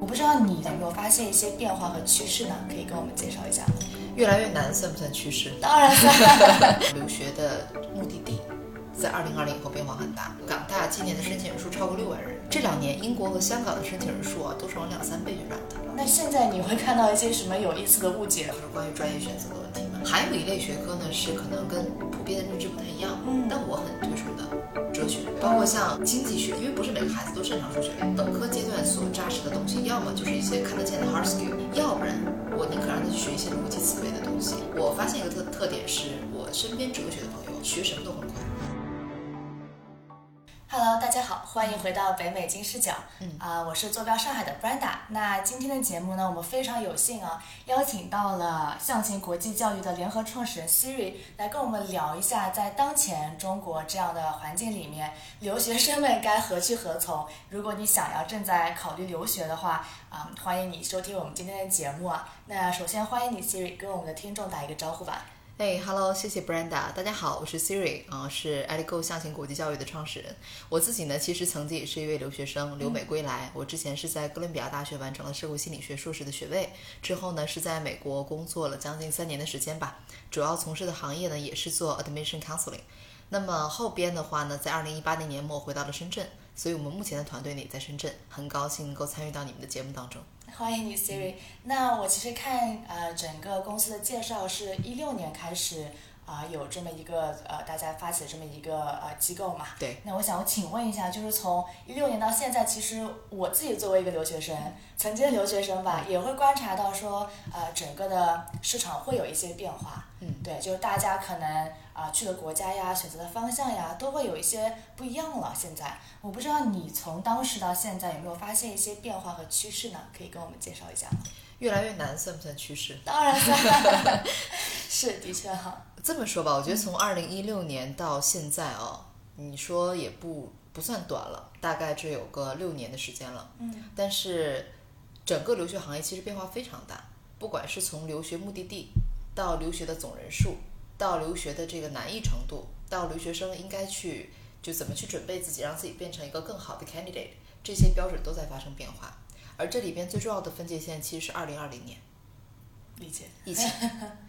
我不知道你有没有发现一些变化和趋势呢？可以跟我们介绍一下吗？越来越难算不算趋势？ 当然 了，留学的目的地在二零二零以后变化很大。港大今年的申请人数超过六万人，这两年英国和香港的申请人数啊都是往两三倍增长的。那现在你会看到一些什么有意思的误解就？是关于专业选择的问题嘛。还有一类学科呢，是可能跟普遍的认知不太一样，嗯但我很推崇的哲学，包括像经济学，因为不是每个孩子都擅长数学。本科阶段所扎实的东西，要么就是一些看得见的 hard skill，要不然我宁可让他去学一些逻辑思维的东西。我发现一个特特点是，我身边哲学的朋友学什么都很快。 Hello，大家好，欢迎回到北美金视角。嗯啊、我是坐标上海的 Brenda。那今天的节目呢，我们非常有幸啊，邀请到了象形国际教育的联合创始人 Siri 来跟我们聊一下，在当前中国这样的环境里面，留学生们该何去何从？如果你想要正在考虑留学的话，啊、欢迎你收听我们今天的节目啊。那首先欢迎你 Siri 跟我们的听众打一个招呼吧。哎哈喽，谢谢 Brenda，大家好，我是 Siri，啊、是 Aligo 象形国际教育的创始人。我自己呢，其实曾经也是一位留学生，留美归来。我之前是在哥伦比亚大学完成了社会心理学硕士的学位，之后呢是在美国工作了将近三年的时间吧，主要从事的行业呢也是做 admission counseling。那么后边的话呢，在二零一八年年末回到了深圳，所以我们目前的团队呢也在深圳，很高兴能够参与到你们的节目当中。欢迎你，Siri。那我其实看呃整个公司的介绍是一六年开始啊、有这么一个呃大家发起的这么一个呃机构嘛。对。那我想我请问一下，就是从一六年到现在，其实我自己作为一个留学嗯生，曾经的留学生吧，也会观察到说呃整个的市场会有一些变化。嗯对，就是大家可能啊、去的国家呀、选择的方向呀，都会有一些不一样了。现在我不知道你从当时到现在有没有发现一些变化和趋势呢？可以跟我们介绍一下吗？越来越难算不算趋势？当然了， 是的确哈，这么说吧，我觉得从二零一六年到现在哦，你说也不不算短了，大概这有个六年的时间了。嗯但是整个留学行业其实变化非常大，不管是从留学目的地，到留学的总人数，到留学的这个难易程度，到留学生应该去就怎么去准备自己，让自己变成一个更好的 candidate，这些标准都在发生变化。而这里边最重要的分界线其实是二零二零年。理解，疫 情，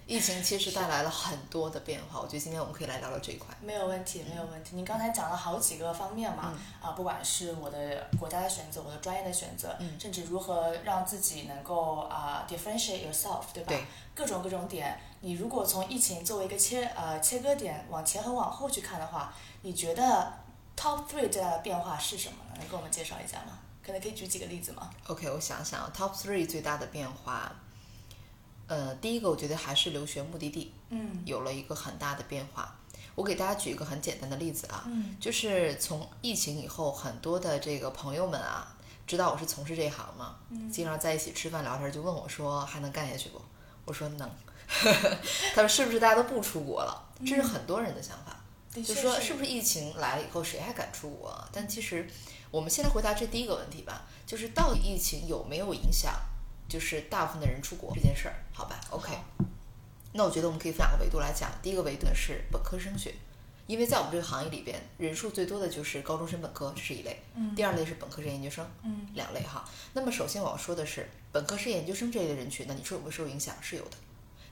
疫情其实带来了很多的变化。我觉得今天我们可以来聊聊这一块。没有问题，没有问题。你刚才讲了好几个方面嗯嘛，啊，不管是我的国家的选择，我的专业的选择，嗯甚至如何让自己能够啊、differentiate yourself，对吧？对各种各种点，你如果从疫情作为一个切呃切割点往前和往后去看的话，你觉得 top three 最大的变化是什么呢？能给我们介绍一下吗？可能可以举几个例子吗？ OK，我想想啊，Top three 最大的变化，呃，第一个我觉得还是留学目的地嗯有了一个很大的变化。我给大家举一个很简单的例子啊，嗯就是从疫情以后，很多的这个朋友们啊，知道我是从事这一行嘛，嗯经常在一起吃饭聊天，就问我说还能干下去不？我说能。 他说是不是大家都不出国了？这嗯是很多人的想法。的就确说是不是疫情来了以后谁还敢出国啊？但其实我们先来回答这第一个问题吧，就是到底疫情有没有影响，就是大部分的人出国这件事儿，好吧？OK，好那我觉得我们可以分两个维度来讲，第一个维度呢是本科升学，因为在我们这个行业里边，人数最多的就是高中生本科，这是一类；嗯第二类是本科生研究生，嗯两类哈。那么首先我要说的是，本科生、研究生这一类人群，那你说有没有受影响？是有的，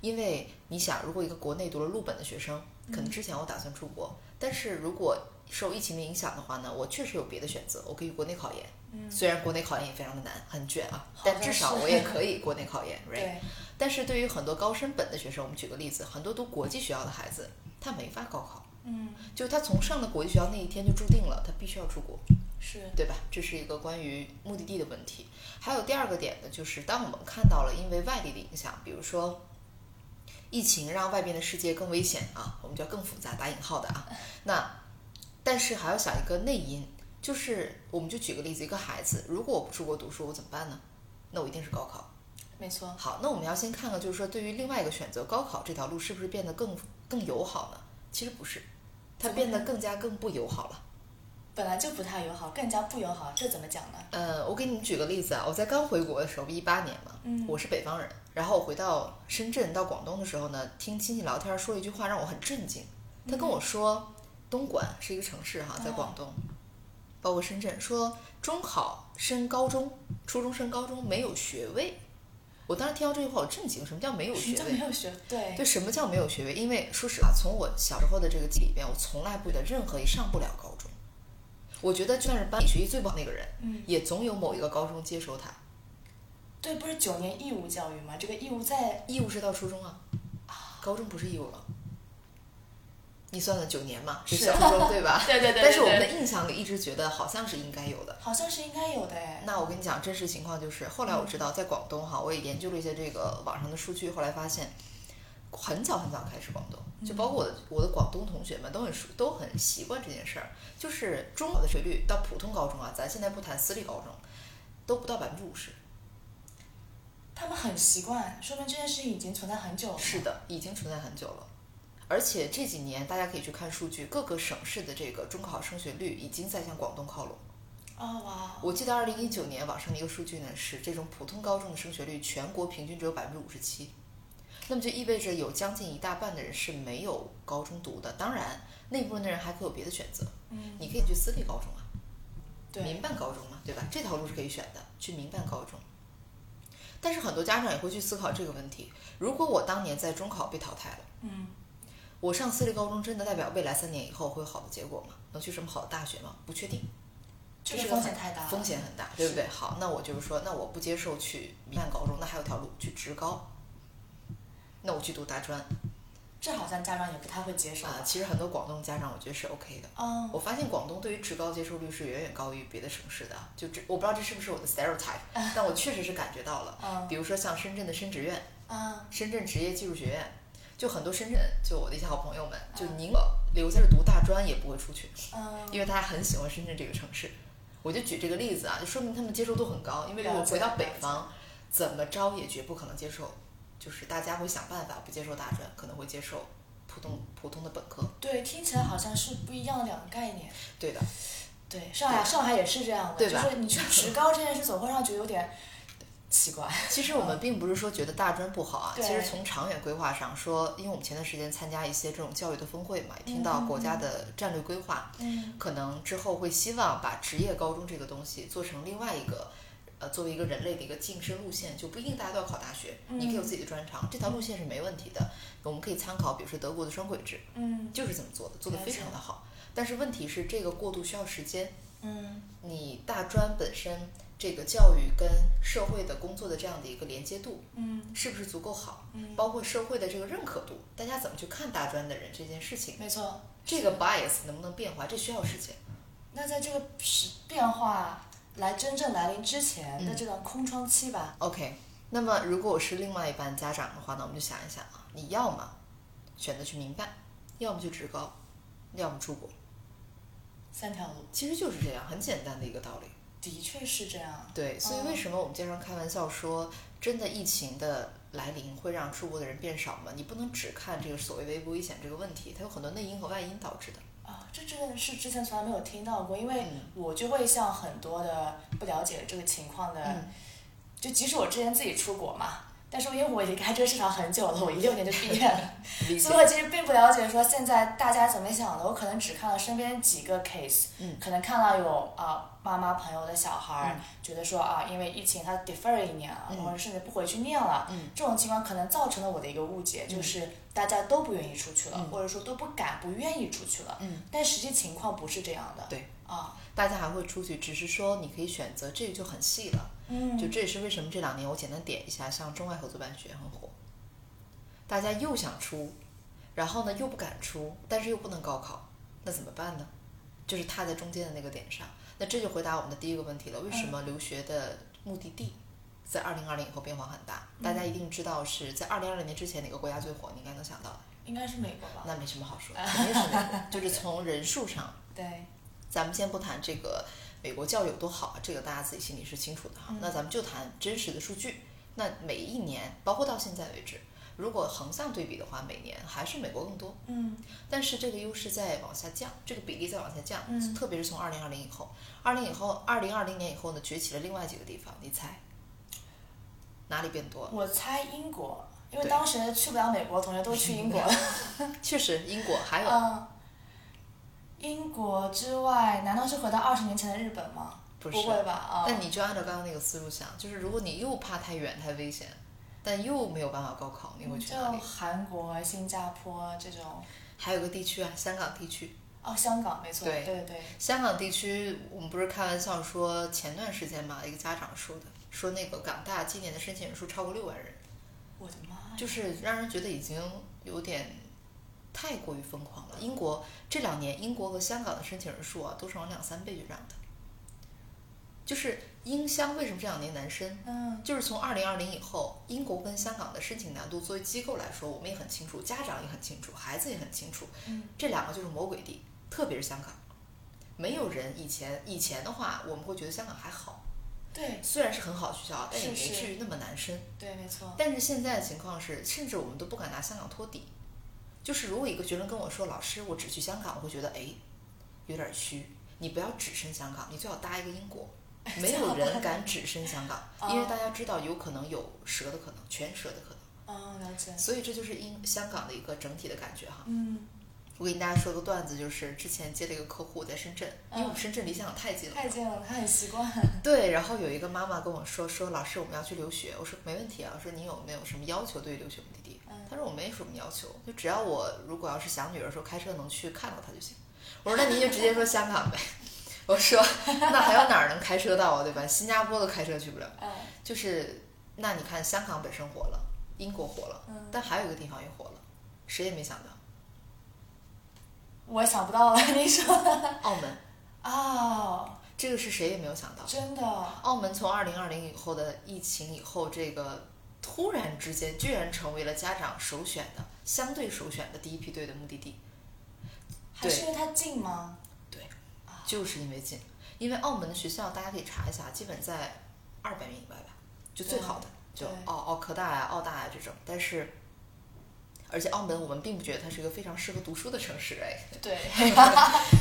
因为你想，如果一个国内读了陆本的学生，可嗯能之前我打算出国，但是如果受疫情的影响的话呢，我确实有别的选择，我可以国内考研，嗯虽然国内考研也非常的难，很卷啊，好但像至少是我也可以国内考 研，right？对但是对于很多高升本的学生，我们举个例子，很多读国际学校的孩子，他没法高考，嗯就他从上了国际学校那一天就注定了他必须要出国。是对吧？这是一个关于目的地的问题。还有第二个点呢，就是当我们看到了因为外力的影响，比如说疫情让外边的世界更危险啊，我们叫更复杂打引号的啊。那但是还要想一个内因，就是我们就举个例子，一个孩子如果我不出国读书，我怎么办呢？那我一定是高考。没错好，那我们要先看看，就是说对于另外一个选择高考这条路，是不是变得更更友好呢？其实不是，它变得更加更不友好了。本来就不太友好，更加不友好，这怎么讲呢？呃，我给你们举个例子啊，我在刚回国的时候，一八年嘛，嗯我是北方人，然后我回到深圳到广东的时候呢，听亲戚聊天说了一句嗯哦话让我很震惊，他跟我说，东莞是一个城市哈，在广东，包括深圳，说中考升高中，初中升高中没有学位。我当时听到这句话，我震惊，什么叫没有学就位没？有学对对，什么叫没有学位？因为说实话，从我小时候的这个记忆里边，我从来不觉得任何一上不了高中。我觉得就算是班里学习最不好那个人，嗯，也总有某一个高中接收他。对，不是九年义务教育吗？这个义务在义务是到初中啊，高中不是义务了。你算算九年嘛，是是小初中对吧？ 对对但但是是我我们们的的印象里一直觉得好像是应该有的。好像是应该有的哎，那我跟你讲，真实情况就是，后来我知道，在广东哈，我也研究了一些这个网上的数据，后来发现，很早很早开始，广东就包括我的我的广东同学们都很熟，都很习惯这件事儿，就是中考的学率到普通高中啊，咱现在不谈私立高中，都不到百分之五十。他们很习惯，说明这件事情已经存在很久了。是的，已经存在很久了。而且这几年大家可以去看数据，各个省市的这个中考升学率已经在向广东靠拢。哦哇，我记得二零一九年网上的一个数据呢，是这种普通高中的升学率全国平均只有百分之五十七，那么就意味着有将近一大半的人是没有高中读的。当然，那部分的人还可以有别的选择，嗯，你可以去私立高中啊，对，民办高中嘛，对吧？这条路是可以选的，去民办高中。但是很多家长也会去思考这个问题：如果我当年在中考被淘汰了，嗯，我上私立高中真的代表未来三年以后会有好的结果吗？能去什么好的大学吗？不确定，这个这是个风很险太大了，风险很大，对不对？好，那我就是说，那我不接受去民办高中，那还有条路去职高，那我去读大专啊、这好像家长也不太会接受吧。其实很多广东家长我觉得是 OK 的。嗯，我发现广东对于职高接受率是远远高于别的城市的，就这我不知道这是不是我的 stereotype，但我确实是感觉到了。嗯比如说像深圳的深职院、嗯，深圳职业技术学院，就很多深圳就我的一些好朋友们，就宁可留在这读大专也不会出去。嗯，因为大家很喜欢深圳这个城市。我就举这个例子啊，就说明他们接受度很高。因为如果回到北方，怎么着也绝不可能接受，就是大家会想办法不接受大专，可能会接受普通普通的本科。对，听起来好像是不一样的两个概念。对的，对，上海上海也是这样的，对就吧是你去职高这件事总会让觉得有点奇怪。其实我们并不是说觉得大专不好啊，对其实从长远规划上说，因为我们前段时间参加一些这种教育的峰会嘛，也听到国家的战略规划，嗯，可能之后会希望把职业高中这个东西做成另外一个，呃，作为一个人类的一个晋升路线，就不一定大家都要考大学，嗯你可以有自己的专长，这条路线是没问题的。我们可以参考，比如说德国的双轨制，嗯就是这么做的，做的了非解常的好。但是问题是，这个过渡需要时间。嗯你大专本身这个教育跟社会的工作的这样的一个连接度，嗯是不是足够好？嗯，包括社会的这个认可度，大家怎么去看大专的人这件事情，没错。这个 bias 能不能变化，这需要时间。那在这个时变化来真正来临之前的嗯这段空窗期吧， OK，那么如果我是另外一半家长的话呢，我们就想一想啊，你要么选择去民办，要么去职高，要么出国，三条路其实就是这样，很简单的一个道理。的确是这样。对，所以哦为什么我们经常开玩笑说，真的疫情的来临会让出国的人变少吗？你不能只看这个所谓危不危险这个问题，它有很多内因和外因导致的。啊，这真的是之前从来没有听到过，因为嗯我就会像很多的不了解这个情况的，嗯就即使我之前自己出国嘛，但是因为我离开这个市场很久了，我一六年就毕业了，理所以我其实并不了解说现在大家怎么想的，我可能只看了身边几个 case，、嗯可能看到有啊妈妈朋友的小孩儿、嗯觉得说啊，因为疫情他 defer 了一年啊，嗯或者甚至不回去念了，嗯这种情况可能造成了我的一个误解，就是大家都不愿意出去了，嗯或者说都不敢不愿意出去了，嗯但实际情况不是这样的，对啊，大家还会出去，只是说你可以选择，这个就很细了。嗯就这也是为什么这两年我简单点一下，像中外合作办学很火，大家又想出，然后呢又不敢出，但是又不能高考，那怎么办呢？就是踏在中间的那个点上。那这就回答我们的第一个问题了，为什么留学的目的地在二零二零以后变化很大？大家一定知道是在二零二零年之前哪个国家最火，你应该能想到，应该是美国吧，那没什么好说的，肯定是美国，就是从人数上对，咱们先不谈这个美国教育有多好啊，这个大家自己心里是清楚的哈。嗯那咱们就谈真实的数据。那每一年，包括到现在为止，如果横向对比的话，每年还是美国更多，嗯但是这个优势在往下降，这个比例在往下降。嗯特别是从二零二零以后，二零以后，二零二零年以后呢，崛起了另外几个地方，你猜哪里变多？我猜英国，因为对当 时去不了美国，同学都去英国了。确实，英国还有嗯，英国之外，难道是回到二十年前的日本吗？不是不会吧？啊、但你就按照刚刚那个思路想，就是如果你又怕太远太危险，但又没有办法高考，你会去就哪里？韩国、新加坡这种，还有个地区啊，香港地区。哦，香港没错，对对对，香港地区，我们不是开玩笑说，前段时间吧，一个家长说的，说那个港大今年的申请人数超过六万人，我的妈呀！就是让人觉得已经有点太过于疯狂了。英国这两年，英国和香港的申请人数啊，都是往两三倍去涨的。就是英香为什么这两年难申？嗯，就是从二零二零以后，英国跟香港的申请难度，作为机构来说，我们也很清楚，家长也很清楚，孩子也很清楚，嗯这两个就是魔鬼地，特别是香港，没有人以前以前的话，我们会觉得香港还好，对虽然是很好的学校，但也没是是至于那么难申。对，没错，但是现在的情况是，甚至我们都不敢拿香港托底。就是如果一个学生跟我说：“老师，我只去香港”，我会觉得哎，有点虚。你不要只申香港，你最好搭一个英国。没有人敢只申香 哦港，因为大家知道有可能有蛇的可能，全蛇的可能。嗯，了解，所以这就是英香港的一个整体的感觉哈。嗯，我给大家说个段子，就是之前接了一个客户在深圳，因为我们深圳离香港太近了。太近了，他很习惯， 对，然后有一个妈妈跟我说，说老师我们要去留学，我说没问题啊，我说你有没有什么要求对于留学目的地？嗯她说我没什么要求，就只要我如果要是想女儿的时候开车能去看到她就行。我说那您就直接说香港呗。 我说那还有哪儿能开车到啊，对吧？新加坡都开车去不了。嗯就是那你看香港本身火了，英国火了，嗯，但还有一个地方也火了，谁也没想到，我想不到了，你说澳门，哦，这个是谁也没有想到。真的，澳门从二零二零以后的疫情以后，这个突然之间居然成为了家长首选的相对首选的第一批队的目的地，还是因为他近吗？啊就是因为近，因为澳门的学校大家可以查一下，基本在二百米以外吧，就最好的就对澳澳科大呀、澳大呀这种，但是。而且澳门，我们并不觉得它是一个非常适合读书的城市，哎，对，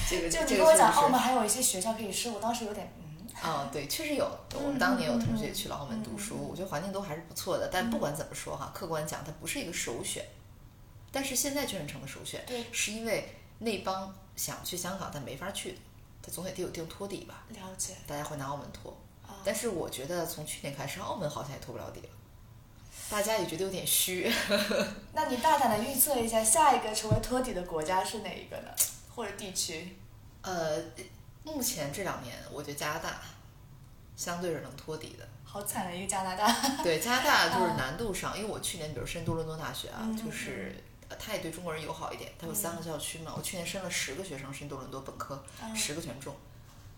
这 个就 这你个跟我确实讲是澳门还有一些学校可以吃，我当时有点嗯，啊、对，确实有。我们当年有同学去了澳门读嗯书，我觉得环境都还是不错的。但不管怎么说哈，客观讲，它不是一个首选。但是现在居然成了首选，对，是因为那帮想去香港但没法去的，他总得得有地方托底吧？了解大家会拿澳门托。啊，但是我觉得从去年开始，澳门好像也托不了底了，大家也觉得有点虚。那你大胆的预测一下，下一个成为托底的国家是哪一个呢？或者地区？呃，目前这两年，我觉得加拿大相对是能托底的。好惨啊的一个加拿大，对加拿大就是难度上，因为我去年比如申多伦多大学啊，嗯就是呃，他也对中国人友好一点，他有三个校区嘛。我去年申了十个学生申多伦多本科，嗯十个全中，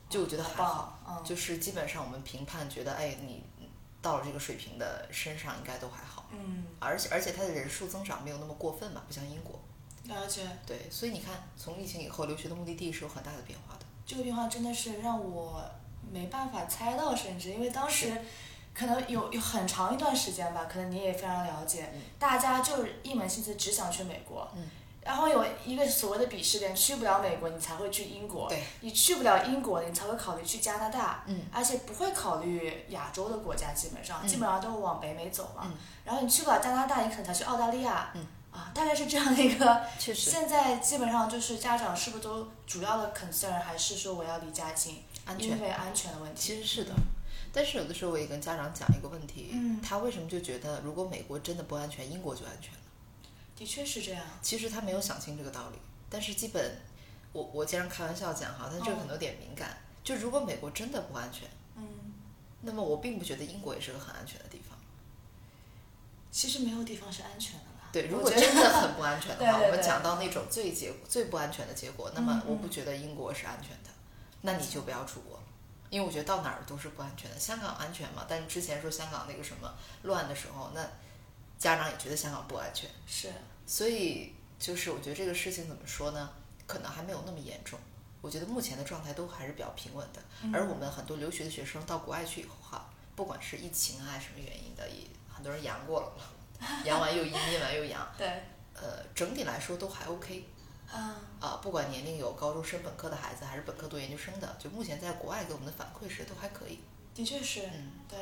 就我觉得还好，棒，嗯，就是基本上我们评判觉得，哎，你到了这个水平的身上应该都还好，嗯，而且而且他的人数增长没有那么过分嘛，不像英国。了解。对，所以你看，从疫情以后，留学的目的地是有很大的变化的。这个变化真的是让我没办法猜到，甚至因为当时可能有有很长一段时间吧，可能你也非常了解，嗯大家就是一门心思只想去美国。嗯然后有一个所谓的鄙视链，去不了美国，你才会去英国；对你去不了英国，你才会考虑去加拿大。嗯，而且不会考虑亚洲的国家，基本上、嗯基本上都是往北美走嘛。嗯然后你去不了加拿大，你可能才去澳大利亚。嗯，啊，大概是这样的一个确实， 现在基本上就是家长是不是都主要的 concern 还是说我要离家近，安全因为安全的问题。其实是的。但是有的时候我也跟家长讲一个问题，嗯他为什么就觉得如果美国真的不安全，英国就安全了？的确是这样。其实他嗯没有想清这个道理，但是基本，我我经常开玩笑讲哈，但这个哦可能有点敏感。就如果美国真的不安全，嗯，那么我并不觉得英国也是个很安全的地方。其实没有地方是安全的啦。对，如我果觉得真的很不安全的对话，对对我们讲到那种最结最不安全的结果，那么嗯嗯我不觉得英国是安全的，那你就不要出国，因为我觉得到哪儿都是不安全的。香港安全嘛，但是之前说香港那个什么乱的时候，那家长也觉得香港不安全。是所以就是我觉得这个事情怎么说呢？可能还没有那么严重。我觉得目前的状态都还是比较平稳的。嗯而我们很多留学的学生到国外去以后哈，不管是疫情啊还是什么原因的，也很多人阳过了嘛，阳完又阴，阴完又阳，对，呃，整体来说都还 OK 嗯，啊。不管年龄有高中升本科的孩子，还是本科读研究生的，就目前在国外给我们的反馈是都还可以。的确是嗯，对，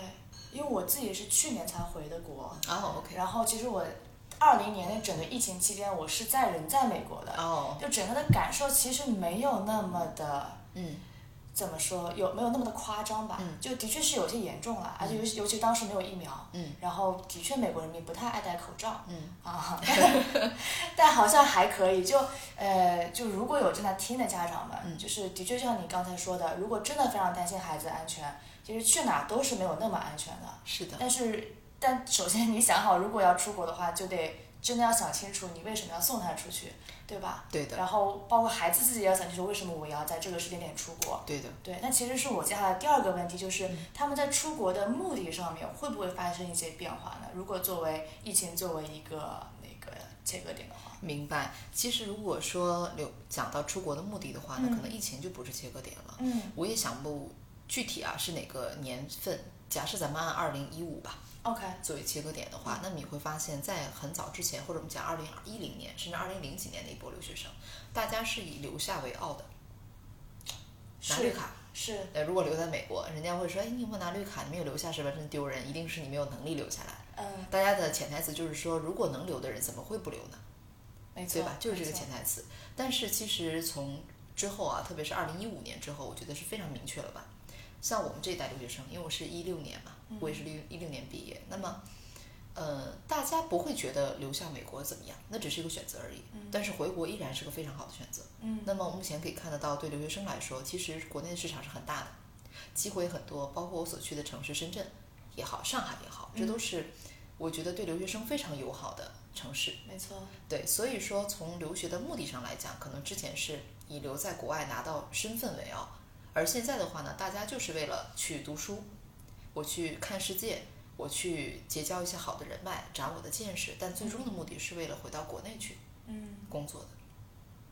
因为我自己是去年才回的国，啊，OK，然后其实我二零年那整个疫情期间，我是在人在美国的，哦，就整个的感受其实没有那么的嗯怎么说，有没有那么的夸张吧？嗯就的确是有些严重了，而且尤其尤其当时没有疫苗，嗯然后的确美国人民不太爱戴口罩，嗯 啊，但好像还可以。就呃，就如果有正在听的家长们，嗯就是的确像你刚才说的，如果真的非常担心孩子安全，其实去哪都是没有那么安全的。是的，但是，但首先你想好，如果要出国的话，就得真的要想清楚你为什么要送他出去，对吧？对的，然后包括孩子自己也要想清楚，为什么我要在这个时间点出国。对的，对，那其实是我接下来第二个问题，就是嗯他们在出国的目的上面会不会发生一些变化呢？如果作为疫情作为一个那个切割点的话，明白。其实如果说留讲到出国的目的的话，那嗯可能疫情就不是切割点了。嗯我也想不具体啊是哪个年份。假设咱们按二零一五吧，OK，作为切割点的话，那你会发现在很早之前，或者我们讲二零一零年甚至二零零几年的一波留学生，大家是以留下为傲的，拿绿是卡。是，呃，如果留在美国，人家会说，哎，你有没有拿绿卡？你没有留下是吧？真丢人，一定是你没有能力留下来。嗯，大家的潜台词就是说，如果能留的人怎么会不留呢？没错，对吧？就是这个没错潜台词。但是其实从之后啊，特别是二零一五年之后，我觉得是非常明确了吧。像我们这一代留学生，因为我是一六年嘛，嗯我也是六一六年毕业，那么。呃，大家不会觉得留下美国怎么样，那只是一个选择而已。但是回国依然是个非常好的选择。嗯那么目前可以看得到，对留学生来说，其实国内的市场是很大的，机会很多，包括我所去的城市深圳也好，上海也好，嗯这都是我觉得对留学生非常友好的城市。没错，对，所以说从留学的目的上来讲，可能之前是以留在国外拿到身份为傲，而现在的话呢，大家就是为了去读书，我去看世界，我去结交一些好的人脉，长我的见识，但最终的目的是为了回到国内去嗯，工作的。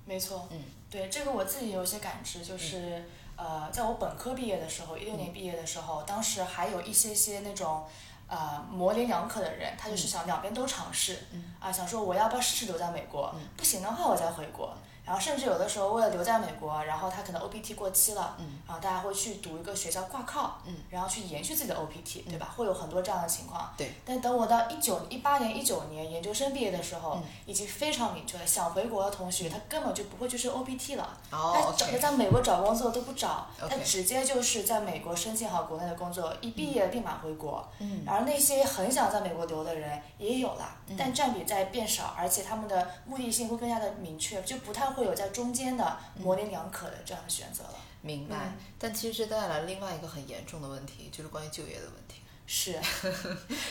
没错，嗯，对这个我自己有些感知，就是、呃，在我本科毕业的时候，一六嗯年毕业的时候，当时还有一些些那种。呃，模棱两可的人，他就是想两边都尝试，嗯啊，想说我要不要试试留在美国，嗯不行的话我再回国。然后甚至有的时候为了留在美国，然后他可能 OPT 过期了，嗯然后啊大家会去读一个学校挂靠，嗯然后去延续自己的 OPT，对嗯吧？会有很多这样的情况。对。但等我到一九一八年、一九年研究生毕业的时候，嗯已经非常明确了，想回国的同学他根本就不会去申 OPT 了，他哦、o 找 k 在美国找工作都不找，他 OK 直接就是在美国申请好国内的工作，一毕业立马回国。嗯而那些很想在美国留的人也有啦，嗯但占比在变少，而且他们的目的性会更加的明确，就不太会有在中间的嗯模棱两可的这样的选择了。明白。嗯但其实这带来了另外一个很严重的问题，就是关于就业的问题。是，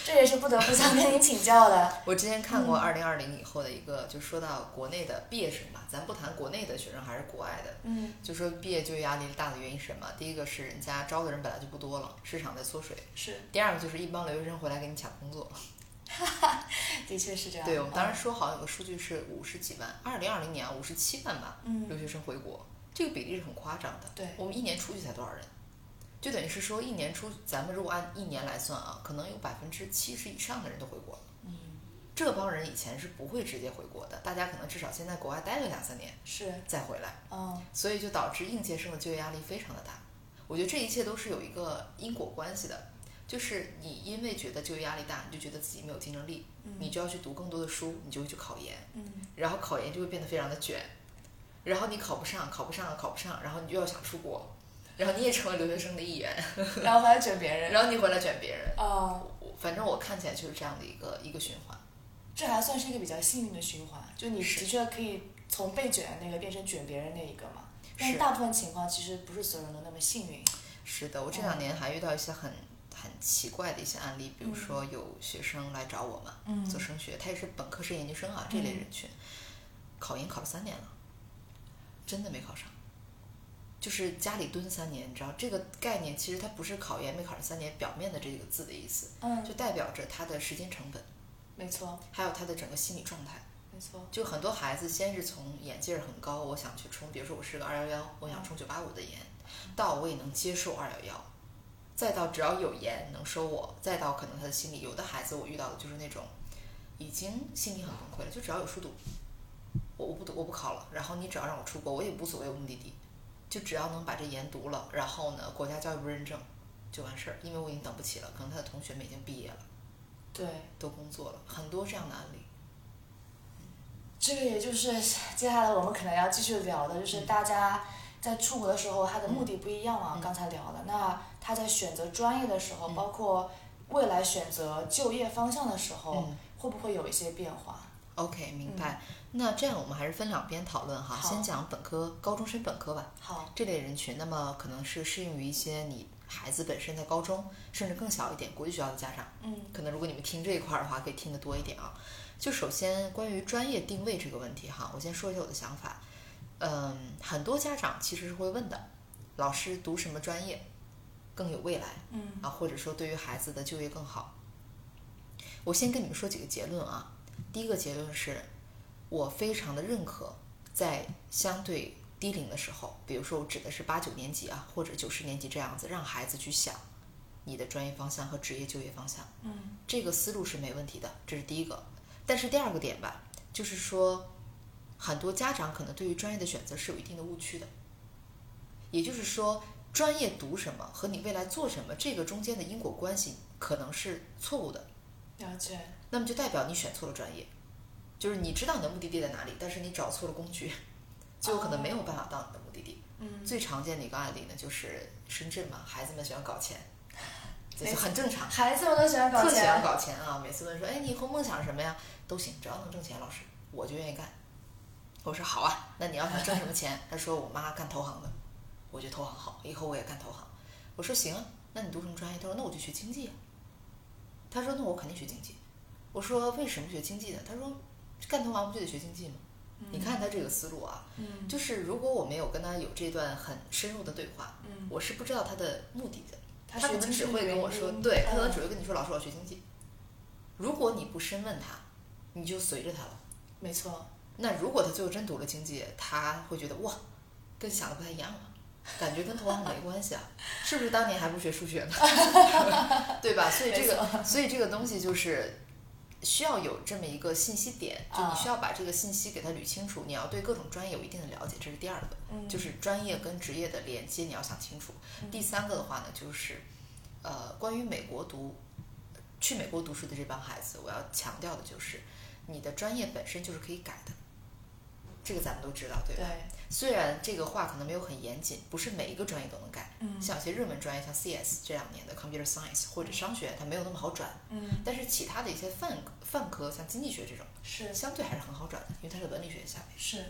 这也是不得不想跟你请教的。我之前看过二零二零以后的一个，就说到国内的毕业生吧，咱不谈国内的学生还是国外的，嗯，就说毕业就业压力大的原因是什么？第一个是人家招的人本来就不多了，市场在缩水；是，第二个就是一帮留学生回来给你抢工作。的确是这样。对我们当时，时说好像有个数据是五十几万，二零二零年啊五十七万吧，留嗯，学生回国，这个比例是很夸张的。对我们一年出去才多少人？就等于是说一年出，咱们如果按一年来算啊，可能有百分之七十以上的人都回国了。嗯，这帮人以前是不会直接回国的，大家可能至少先在国外待个两三年是，再回来。嗯，所以就导致应届生的就业压力非常的大。我觉得这一切都是有一个因果关系的，就是你因为觉得就业压力大，你就觉得自己没有竞争力，嗯你就要去读更多的书，你就会去考研，嗯，然后考研就会变得非常的卷，然后你考不上，考不上，考不上，然后你又要想出国，然后你也成为留学生的一员，然后还要卷别人。然后你回来卷别人，哦，我反正我看起来就是这样的一个一个循环。这还算是一个比较幸运的循环，就你的确可以从被卷的那个变成卷别人那一个嘛。但是大部分情况其实不是所有人都那么幸运。是的，我这两年还遇到一些很很奇怪的一些案例，比如哦嗯说有学生来找我嘛，嗯做升学，他也是本科生、研究生啊这类人群，考研考了三年了，真的没考上，就是家里蹲三年，你知道这个概念其实它不是考研没考上三年表面的这个字的意思，嗯，就代表着他的时间成本，没错，还有他的整个心理状态。没错，就很多孩子先是从眼界很高，我想去冲，比如说我是个二幺幺，我想冲九八五的研，到我也能接受二幺幺，再到只要有研能收我，再到可能他的心理，有的孩子我遇到的就是那种已经心理很崩溃了，就只要有书读，我我不读我不考了，然后你只要让我出国，我也无所谓目的地，就只要能把这研读了，然后呢国家教育部认证就完事儿，因为我已经等不起了，可能他的同学们已经毕业了，对，都工作了，很多这样的案例。这个也就是接下来我们可能要继续聊的，嗯就是大家在出国的时候，他的目的不一样嘛，刚才聊了。那他在选择专业的时嗯候，包括未来选择就业方向的时哦候，嗯会不会有一些变化？ OK，明白。那这样我们还是分两边讨论哈，好先讲本科高中生本科吧。好，这类人群，那么可能是适用于一些你孩子本身在高中，甚至更小一点国际学校的家长。嗯可能如果你们听这一块儿的话，可以听得多一点啊。就首先关于专业定位这个问题哈，我先说一下我的想法。嗯，很多家长其实是会问的，老师读什么专业更有未来？嗯啊，或者说对于孩子的就业更好。我先跟你们说几个结论啊。第一个结论是，我非常的认可，在相对低龄的时候，比如说我指的是八九年级啊，或者九十年级这样子，让孩子去想你的专业方向和职业就业方向，嗯这个思路是没问题的，这是第一个。但是第二个点吧，就是说，很多家长可能对于专业的选择是有一定的误区的，也就是说，专业读什么和你未来做什么这个中间的因果关系可能是错误的，了解。那么就代表你选错了专业，就是你知道你的目的地在哪里，但是你找错了工具，最后可能没有办法到你的目的地。嗯，最常见的一个案例呢，就是深圳嘛，孩子们喜欢搞钱，这没就错很正常。孩子们都喜欢搞特喜钱。欢搞钱啊！每次问说，哎，你以后梦想是什么呀？都行，只要能挣钱，老师我就愿意干。我说好啊，那你要想挣什么钱？他说我妈干投行的，我觉得投行好，以后我也干投行。我说行啊，那你读什么专业？他说那我就学经济啊。他说那我肯定学经济。我说为什么学经济呢？他说干投行不就得学经济吗？你看他这个思路啊，嗯就是如果我没有跟他有这段很深入的对话，嗯，我是不知道他的目的的。他他可学能经济只会的跟我原说，因对他可能嗯只会跟你说，老师我要学经济。如果你不深问他，你就随着他了。没错，那如果他最后真读了经济，他会觉得哇，跟想的不太一样啊，感觉跟投行没关系啊，是不是当年还不学数学呢？ 对吧？所以这个，所以这个东西就是需要有这么一个信息点，就你啊需要把这个信息给它捋清楚，你要对各种专业有一定的了解，这是第二个。嗯，就是专业跟职业的连接，你要想清楚。嗯第三个的话呢，就是呃，关于美国读去美国读书的这帮孩子，我要强调的就是，你的专业本身就是可以改的，这个咱们都知道，对吧？对，虽然这个话可能没有很严谨，不是每一个专业都能改，嗯像有些热门专业，像 CS 这两年的 Computer Science 或者商学，它没有那么好转，嗯但是其他的一些泛泛科，像经济学这种，是相对还是很好转的，因为它是文理学下面。是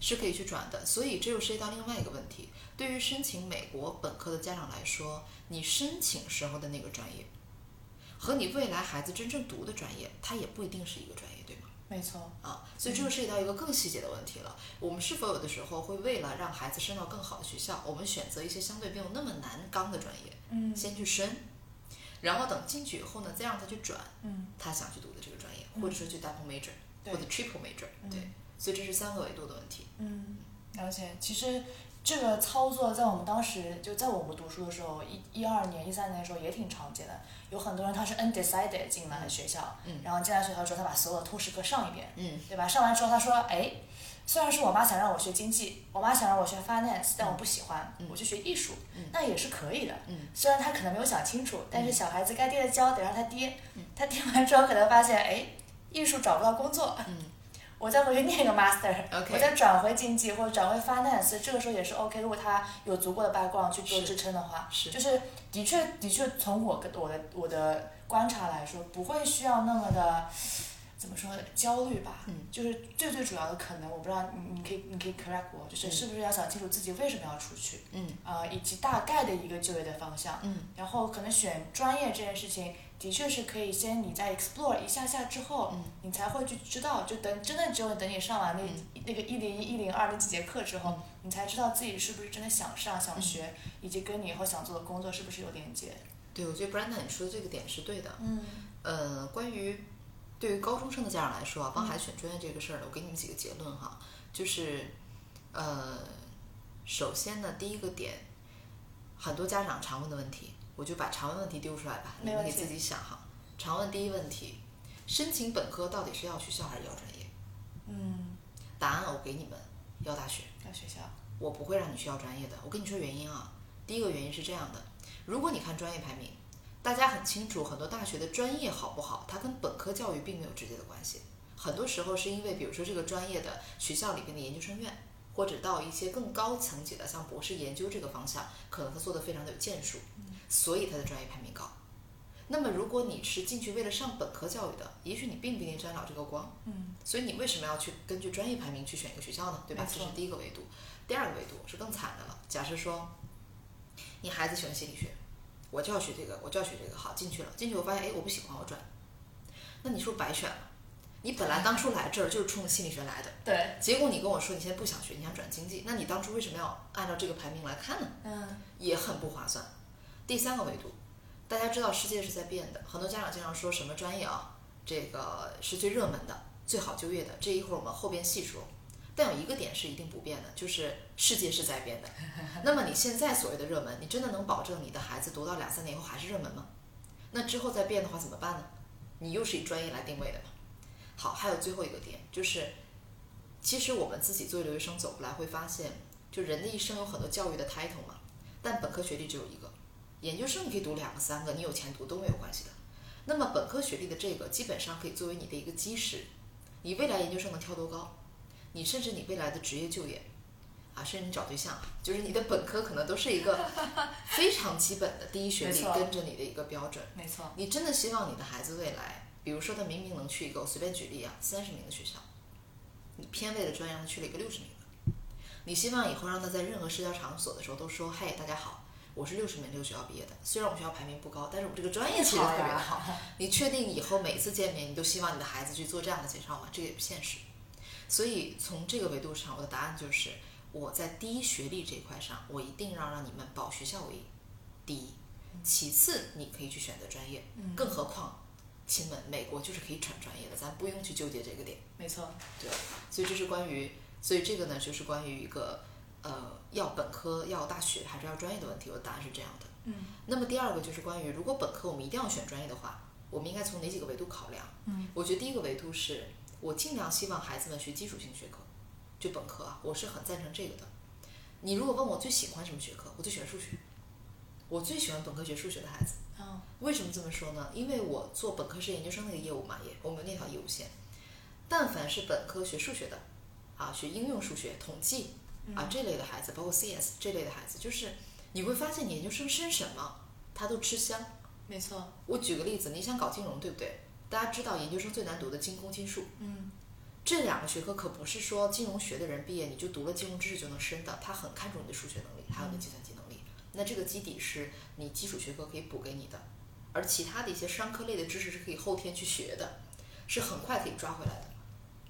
是可以去转的。所以这又涉及到另外一个问题，对于申请美国本科的家长来说，你申请时候的那个专业，和你未来孩子真正读的专业，它也不一定是一个专业，对吗？没错，啊，所以这就涉及到一个更细节的问题了。我们是否有的时候会为了让孩子升到更好的学校，我们选择一些相对没有那么难刚的专业，嗯先去申，然后等进去以后呢，再让他去转嗯他想去读的这个专业，或者说去 double major 对或者 triple major，嗯对，所以这是三个维度的问题。嗯，了解。其实这个操作在我们当时就在我们读书的时候，一一二年、一三年的时候也挺常见的。有很多人他是 undecided 进来学校，嗯然后进来学校之后，他把所有的通识课上一遍，嗯，对吧？上完之后他说，哎，虽然是我妈想让我学经济，我妈想让我学 finance，但我不喜欢，我去学艺术，那也是可以的。嗯虽然他可能没有想清楚，但是小孩子该跌的跤得让他跌，嗯他跌完之后可能发现，哎，艺术找不到工作，嗯 我再回去念个 master，、 OK 我再转回经济或者转回 finance，这个时候也是 OK。如果他有足够的 background 去做是支撑的话，是就是的确的确从我跟我的我的观察来说，不会需要那么的。怎么说焦虑吧，嗯就是最最主要的可能，我不知道你你可以你可以 correct 我，就是嗯是不是要想清楚自己为什么要出去，嗯啊、以及大概的一个就业的方向，嗯。然后可能选专业这件事情，的确是可以先你在 explore 一下下之后，嗯你才会去知道，就等真的只有等你上完那、那个一零一、一零二那几节课之后，嗯你才知道自己是不是真的想上、想学，以及跟你以后想做的工作是不是有连接。对，我觉得 Brenda 你说的这个点是对的。嗯呃，关于对于高中生的家长来说啊，嗯帮孩子选专业这个事儿呢，我给你们几个结论哈，就是呃，首先呢，第一个点，很多家长常问的问题，我就把常问问题丢出来吧，你没们问给题自己想哈。常问第一问题，申请本科到底是要学校还是要专业？嗯，答案啊我给你们，要大学。在学啊校，我不会让你去要专业的。我跟你说原因啊，第一个原因是这样的：如果你看专业排名，大家很清楚，很多大学的专业好不好，它跟本科教育并没有直接的关系。很多时候是因为，比如说这个专业的学校里边的研究生院，或者到一些更高层级的，像博士研究这个方向，可能他做的非常的有建树，所以他的专业排名高。那么如果你是进去为了上本科教育的，也许你并不一定沾了这个光，嗯，所以你为什么要去根据专业排名去选一个学校呢？对吧？没这错是第一个维度。第二个维度是更惨的了。假设说，你孩子喜欢心理学，我就要学这个，我就要学这个，好进去了，进去我发现哎我不喜欢，我转。那你是不是白选了？你本来当初来这儿就是冲着心理学来的，对，结果你跟我说你现在不想学，你想转经济，那你当初为什么要按照这个排名来看呢？嗯，也很不划算。第三个维度，大家知道世界是在变的，很多家长经常说什么专业啊，这个是最热门的、最好就业的，这一会儿我们后边细说。但有一个点是一定不变的，就是世界是在变的。那么你现在所谓的热门，你真的能保证你的孩子读到两三年以后还是热门吗？那之后再变的话怎么办呢？你又是以专业来定位的嘛？好，还有最后一个点就是，其实我们自己作为留学生走过来会发现，就人的一生有很多教育的 title 嘛，但本科学历只有一个，研究生你可以读两个、三个，你有钱读都没有关系的。那么本科学历的这个基本上可以作为你的一个基石，你未来研究生能跳多高，你甚至你未来的职业就业，啊，甚至你找对象，就是你的本科可能都是一个非常基本的第一学没历错跟着你的一个标准。没错，你真的希望你的孩子未来，比如说他明明能去一个，我随便举例啊，三十名的学校，你偏为了专业让他去了一个六十名的，你希望以后让他在任何社交场所的时候都说，嘿，大家好，我是六十名这个学校毕业的，虽然我们学校排名不高，但是我们这个专业其实特别的好。你确定以后每次见面，你都希望你的孩子去做这样的介绍吗？这个也不现实。所以从这个维度上，我的答案就是，我在第一学历这一块上，我一定要让你们保学校为第一，其次你可以去选择专业。嗯更何况，亲们，美国就是可以转专业的，咱不用去纠结这个点。没错，所以这是关于，所以这个呢，就是关于一个呃，要本科要大学还是要专业的问题。我的答案是这样的。嗯那么第二个就是关于，如果本科我们一定要选专业的话，我们应该从哪几个维度考量？嗯，我觉得第一个维度是我尽量希望孩子们学基础性学科，就本科啊，我是很赞成这个的。你如果问我最喜欢什么学科，我最喜欢数学，我最喜欢本科学数学的孩子。嗯为什么这么说呢？因为我做本科是研究生那个业务嘛，也我们有那条业务线，但凡是本科学数学的，啊，学应用数学、统计啊这类的孩子，包括 CS 这类的孩子，就是你会发现你研究生申什么，他都吃香。没错，我举个例子，你想搞金融，对不对？大家知道研究生最难读的金工、金数嗯这两个学科，可不是说金融学的人毕业你就读了金融知识就能升的，他很看重你的数学能力，还有你的计算机能力。那这个基底是你基础学科可以补给你的，而其他的一些商科类的知识是可以后天去学的，是很快可以抓回来的。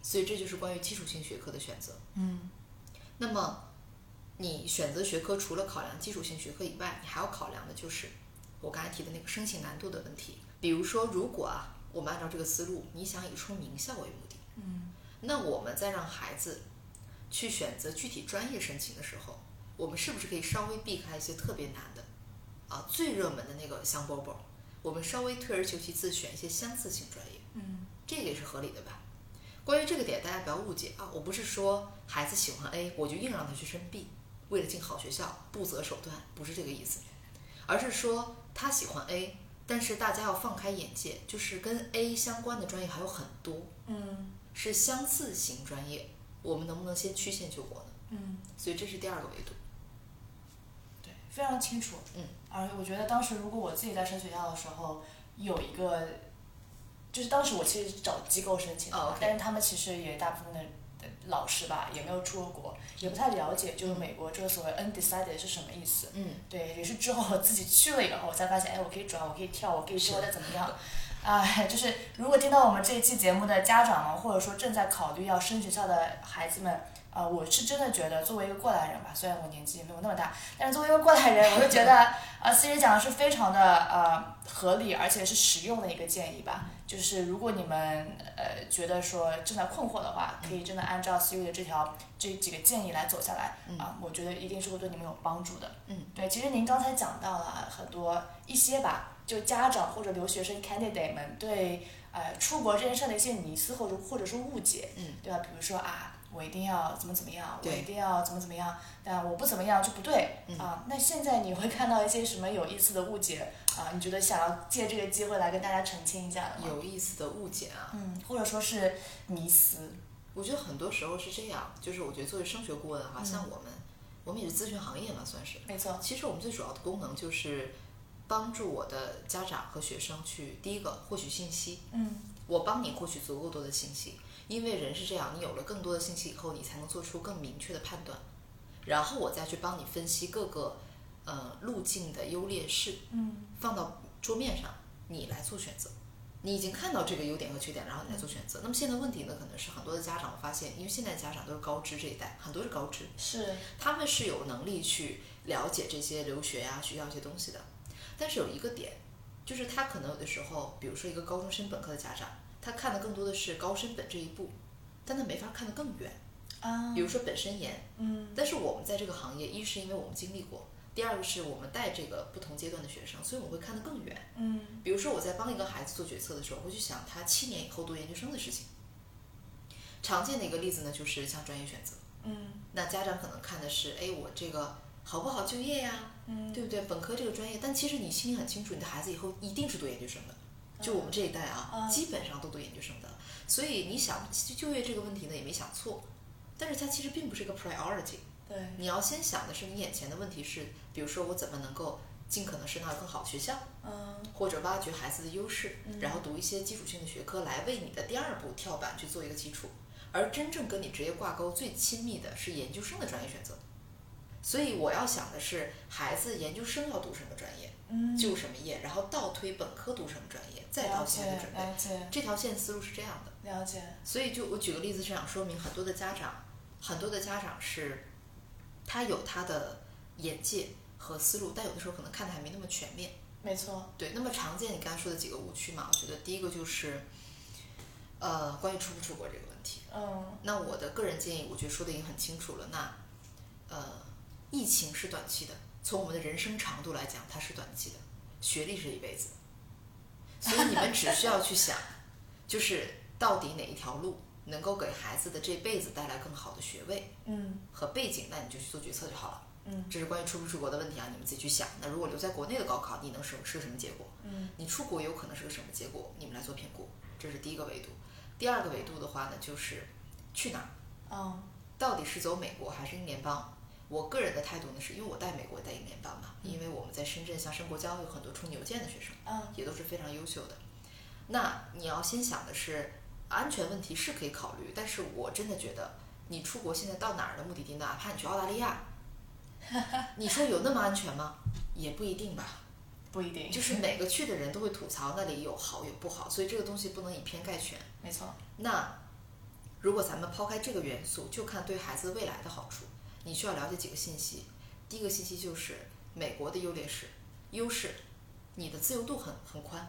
所以这就是关于基础性学科的选择。嗯那么，你选择学科除了考量基础性学科以外，你还要考量的就是我刚才提的那个申请难度的问题。比如说，如果啊，我们按照这个思路，你想以冲名校为目的，嗯那我们在让孩子去选择具体专业申请的时候，我们是不是可以稍微避开一些特别难的啊最热门的那个香饽饽？我们稍微退而求其次，选一些相似性专业。嗯这个也是合理的吧？关于这个点，大家不要误解啊，我不是说孩子喜欢 A，我就硬让他去升 B，为了进好学校不择手段，不是这个意思，而是说他喜欢 A，但是大家要放开眼界，就是跟 A 相关的专业还有很多嗯是相似型专业，我们能不能先曲线救国呢？嗯，所以这是第二个维度。对，非常清楚。嗯，而我觉得当时如果我自己在申学校的时候，有一个，就是当时我其实找机构申请的嘛哦，OK 但是他们其实也大部分的。的老师吧，也没有出过国，也不太了解，就是美国这个所谓 undecided 是什么意思。嗯，对，也是之后我自己去了以后，我才发现，哎，我可以转，我可以跳，我可以之后再怎么样。哎， 就是如果听到我们这一期节目的家长们，或者说正在考虑要升学校的孩子们，呃，我是真的觉得，作为一个过来人吧，虽然我年纪也没有那么大，但是作为一个过来人，我就觉得，呃，思雨讲的是非常的呃合理，而且是实用的一个建议吧。就是如果你们呃觉得说正在困惑的话，可以真的按照思雨的这条这几个建议来走下来嗯啊、我觉得一定是会对你们有帮助的。嗯，对，其实您刚才讲到了很多一些吧，就家长或者留学生 candidate 们对呃出国这件事的一些迷思或者或者是误解，嗯，对吧？比如说啊，我一定要怎么怎么样，我对嗯一定要怎么怎么样，但我不怎么样就不对啊。那现在你会看到一些什么有意思的误解啊？你觉得想要借这个机会来跟大家澄清一下的吗？有意思的误解啊，嗯，或者说是迷思，我觉得很多时候是这样，就是我觉得作为升学顾问哈、像我们，我们也是咨询行业嘛，算是。没错，其实我们最主要的功能就是帮助我的家长和学生去第一个获取信息，嗯，我帮你获取足够多的信息，因为人是这样，你有了更多的信息以后，你才能做出更明确的判断，然后我再去帮你分析各个呃路径的优劣势，嗯，放到桌面上，你来做选择。你已经看到这个优点和缺点，然后你来做选择。那么现在问题呢，可能是很多的家长我发现，因为现在家长都是高知这一代，很多是高知，是，他们是有能力去了解这些留学呀、学校一些东西的。但是有一个点，就是他可能有的时候，比如说一个高中生本科的家长，他看的更多的是高升本这一步，但他没法看得更远。啊比，如说本身研，嗯，但是我们在这个行业，一是因为我们经历过，第二个是我们带这个不同阶段的学生，所以我们会看得更远。嗯，比如说我在帮一个孩子做决策的时候，我会去想他七年以后读研究生的事情。常见的一个例子呢，就是像专业选择。嗯，那家长可能看的是，哎，我这个好不好就业呀、嗯，对不对？本科这个专业，但其实你心里很清楚，你的孩子以后一定是读研究生的。就我们这一代啊，嗯基本上都读研究生的，所以你想就就业这个问题呢，也没想错，但是它其实并不是一个 priority。对，你要先想的是你眼前的问题是，比如说我怎么能够尽可能升到更好的学校，嗯，或者挖掘孩子的优势，然后读一些基础性的学科来为你的第二步跳板去做一个基础。而真正跟你职业挂钩最亲密的是研究生的专业选择，所以我要想的是孩子研究生要读什么专业，嗯，就什么业，然后倒推本科读什么专业，再到了现解在的准，备。了解，这条线思路是这样的，了解，所以就我举个例子是想说明，很多的家长，很多的家长是，他有他的眼界和思路，但有的时候可能看的还没那么全面。没错，对，那么常见你刚才说的几个误区嘛，我觉得第一个就是，呃，关于出不出国这个问题。嗯，那我的个人建议，我觉得说的已经很清楚了。那，呃，疫情是短期的，从我们的人生长度来讲，它是短期的，学历是一辈子的，所以你们只需要去想，就是到底哪一条路能够给孩子的这辈子带来更好的学位嗯，和背景，那你就去做决策就好了。嗯，这是关于出不出国的问题啊，你们自己去想。那如果留在国内的高考，你能是是什么结果？嗯，你出国有可能是个什么结果？你们来做评估，这是第一个维度。第二个维度的话呢，就是去哪儿。嗯，到底是走美国还是英联邦？我个人的态度呢，是因为我带美国带英联邦嘛，因为我们在深圳像申国交有很多冲牛剑的学生，嗯，也都是非常优秀的。那你要先想的是，安全问题是可以考虑，但是我真的觉得你出国现在到哪儿的目的地，哪怕你去澳大利亚，你说有那么安全吗？也不一定吧。不一定，就是每个去的人都会吐槽那里有好有不好，所以这个东西不能以偏概全。没错，那如果咱们抛开这个元素，就看对孩子未来的好处，你需要了解几个信息。第一个信息就是美国的优劣势，优势，你的自由度很很宽，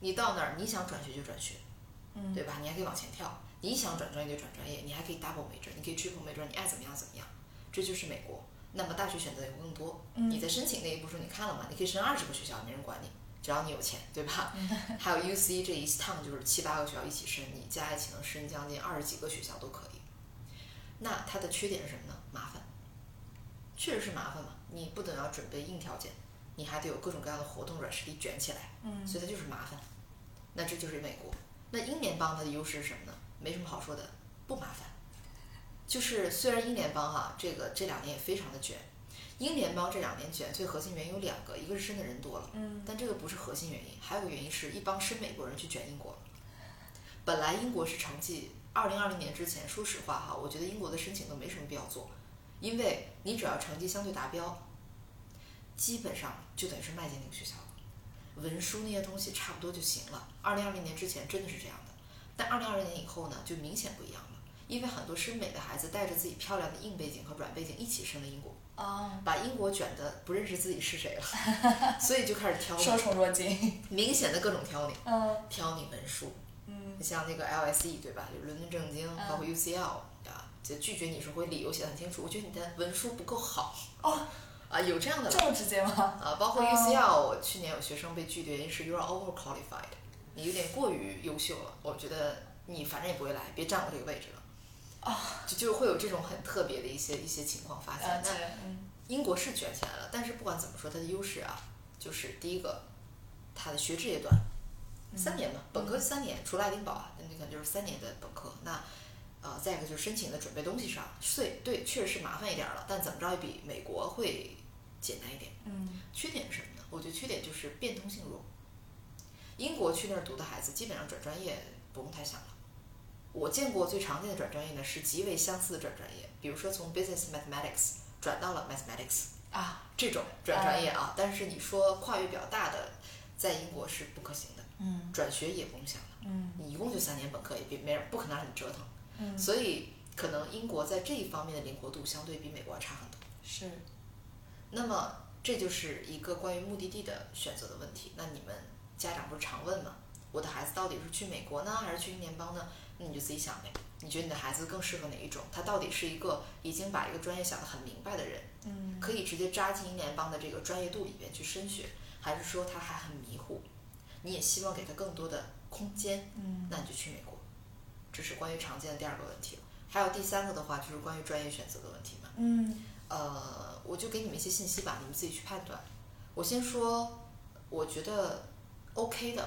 你到那儿你想转学就转学，嗯对吧？你还可以往前跳，你想转专业就转专业，你还可以 double major，你可以 triple major，你爱怎么样怎么样，这就是美国。那么大学选择也会更多，嗯你在申请那一步时候你看了吗？你可以申二十个学校，没人管你，只要你有钱，对吧？ 还有 UC 这一趟就是七八个学校一起申，你加一起能申将近二十几个学校都可以。那它的缺点是什么呢？麻烦，确实是麻烦嘛。你不等要准备硬条件，你还得有各种各样的活动软实力卷起来，嗯所以它就是麻烦。那这就是美国。那英联邦它的优势是什么呢？没什么好说的，不麻烦。就是虽然英联邦哈、这个这两年也非常的卷，英联邦这两年卷最核心原因有两个，一个是真的人多了，嗯，但这个不是核心原因，还有个原因是一帮深美国人去卷英国了。本来英国是成绩，二零二零年之前，说实话哈，我觉得英国的申请都没什么必要做，因为你只要成绩相对达标，基本上就等于是迈进那个学校了，文书那些东西差不多就行了。二零二零年之前真的是这样的，但二零二零年以后呢，就明显不一样了，因为很多深美的孩子带着自己漂亮的硬背景和软背景一起升了英国，啊，把英国卷得不认识自己是谁了， 所以就开始挑受你，宠若惊，明显的各种挑你，嗯挑你文书，嗯你像那个 LSE 对吧？就伦敦政经，嗯包括 UCL 啊，就拒绝你是会理由写得很清楚。我觉得你的文书不够好哦啊，有这样的这么直接吗？啊，包括哦 UCL，我去年有学生被拒绝是 you're overqualified，你有点过于优秀了，我觉得你反正也不会来，别占我这个位置了。哦就就会有这种很特别的一些一些情况发了现。解啊那，嗯，英国是卷起来了，但是不管怎么说，它的优势啊，就是第一个，它的学制也短，三年嘛，本科三年，除了爱丁堡啊，那可能就是三年的本科。那呃，再一个就是申请的准备东西上，对对，确实是麻烦一点儿了，但怎么着也比美国会简单一点。嗯，缺点是什么呢？我觉得缺点就是变通性弱。英国去那儿读的孩子，基本上转专业不用太想了。我见过最常见的转专业呢，是极为相似的转专业，比如说从 Business Mathematics 转到了 Mathematics 啊，这种转专业啊。但是你说跨越比较大的，在英国是不可行的，嗯转学也不用想了。嗯你一共就三年本科，也别没人不可能让你折腾。嗯，所以可能英国在这一方面的灵活度相对比美国要差很多。是，那么这就是一个关于目的地的选择的问题。那你们家长不是常问吗？我的孩子到底是去美国呢，还是去英联邦呢？那你就自己想呗。你觉得你的孩子更适合哪一种？他到底是一个已经把一个专业想得很明白的人，嗯可以直接扎进英联邦的这个专业度里边去升学，还是说他还很迷糊？你也希望给他更多的空间，嗯那你就去美国。这是关于常见的第二个问题了。还有第三个的话，就是关于专业选择的问题嘛。嗯呃，我就给你们一些信息吧，你们自己去判断。我先说，我觉得 OK 的，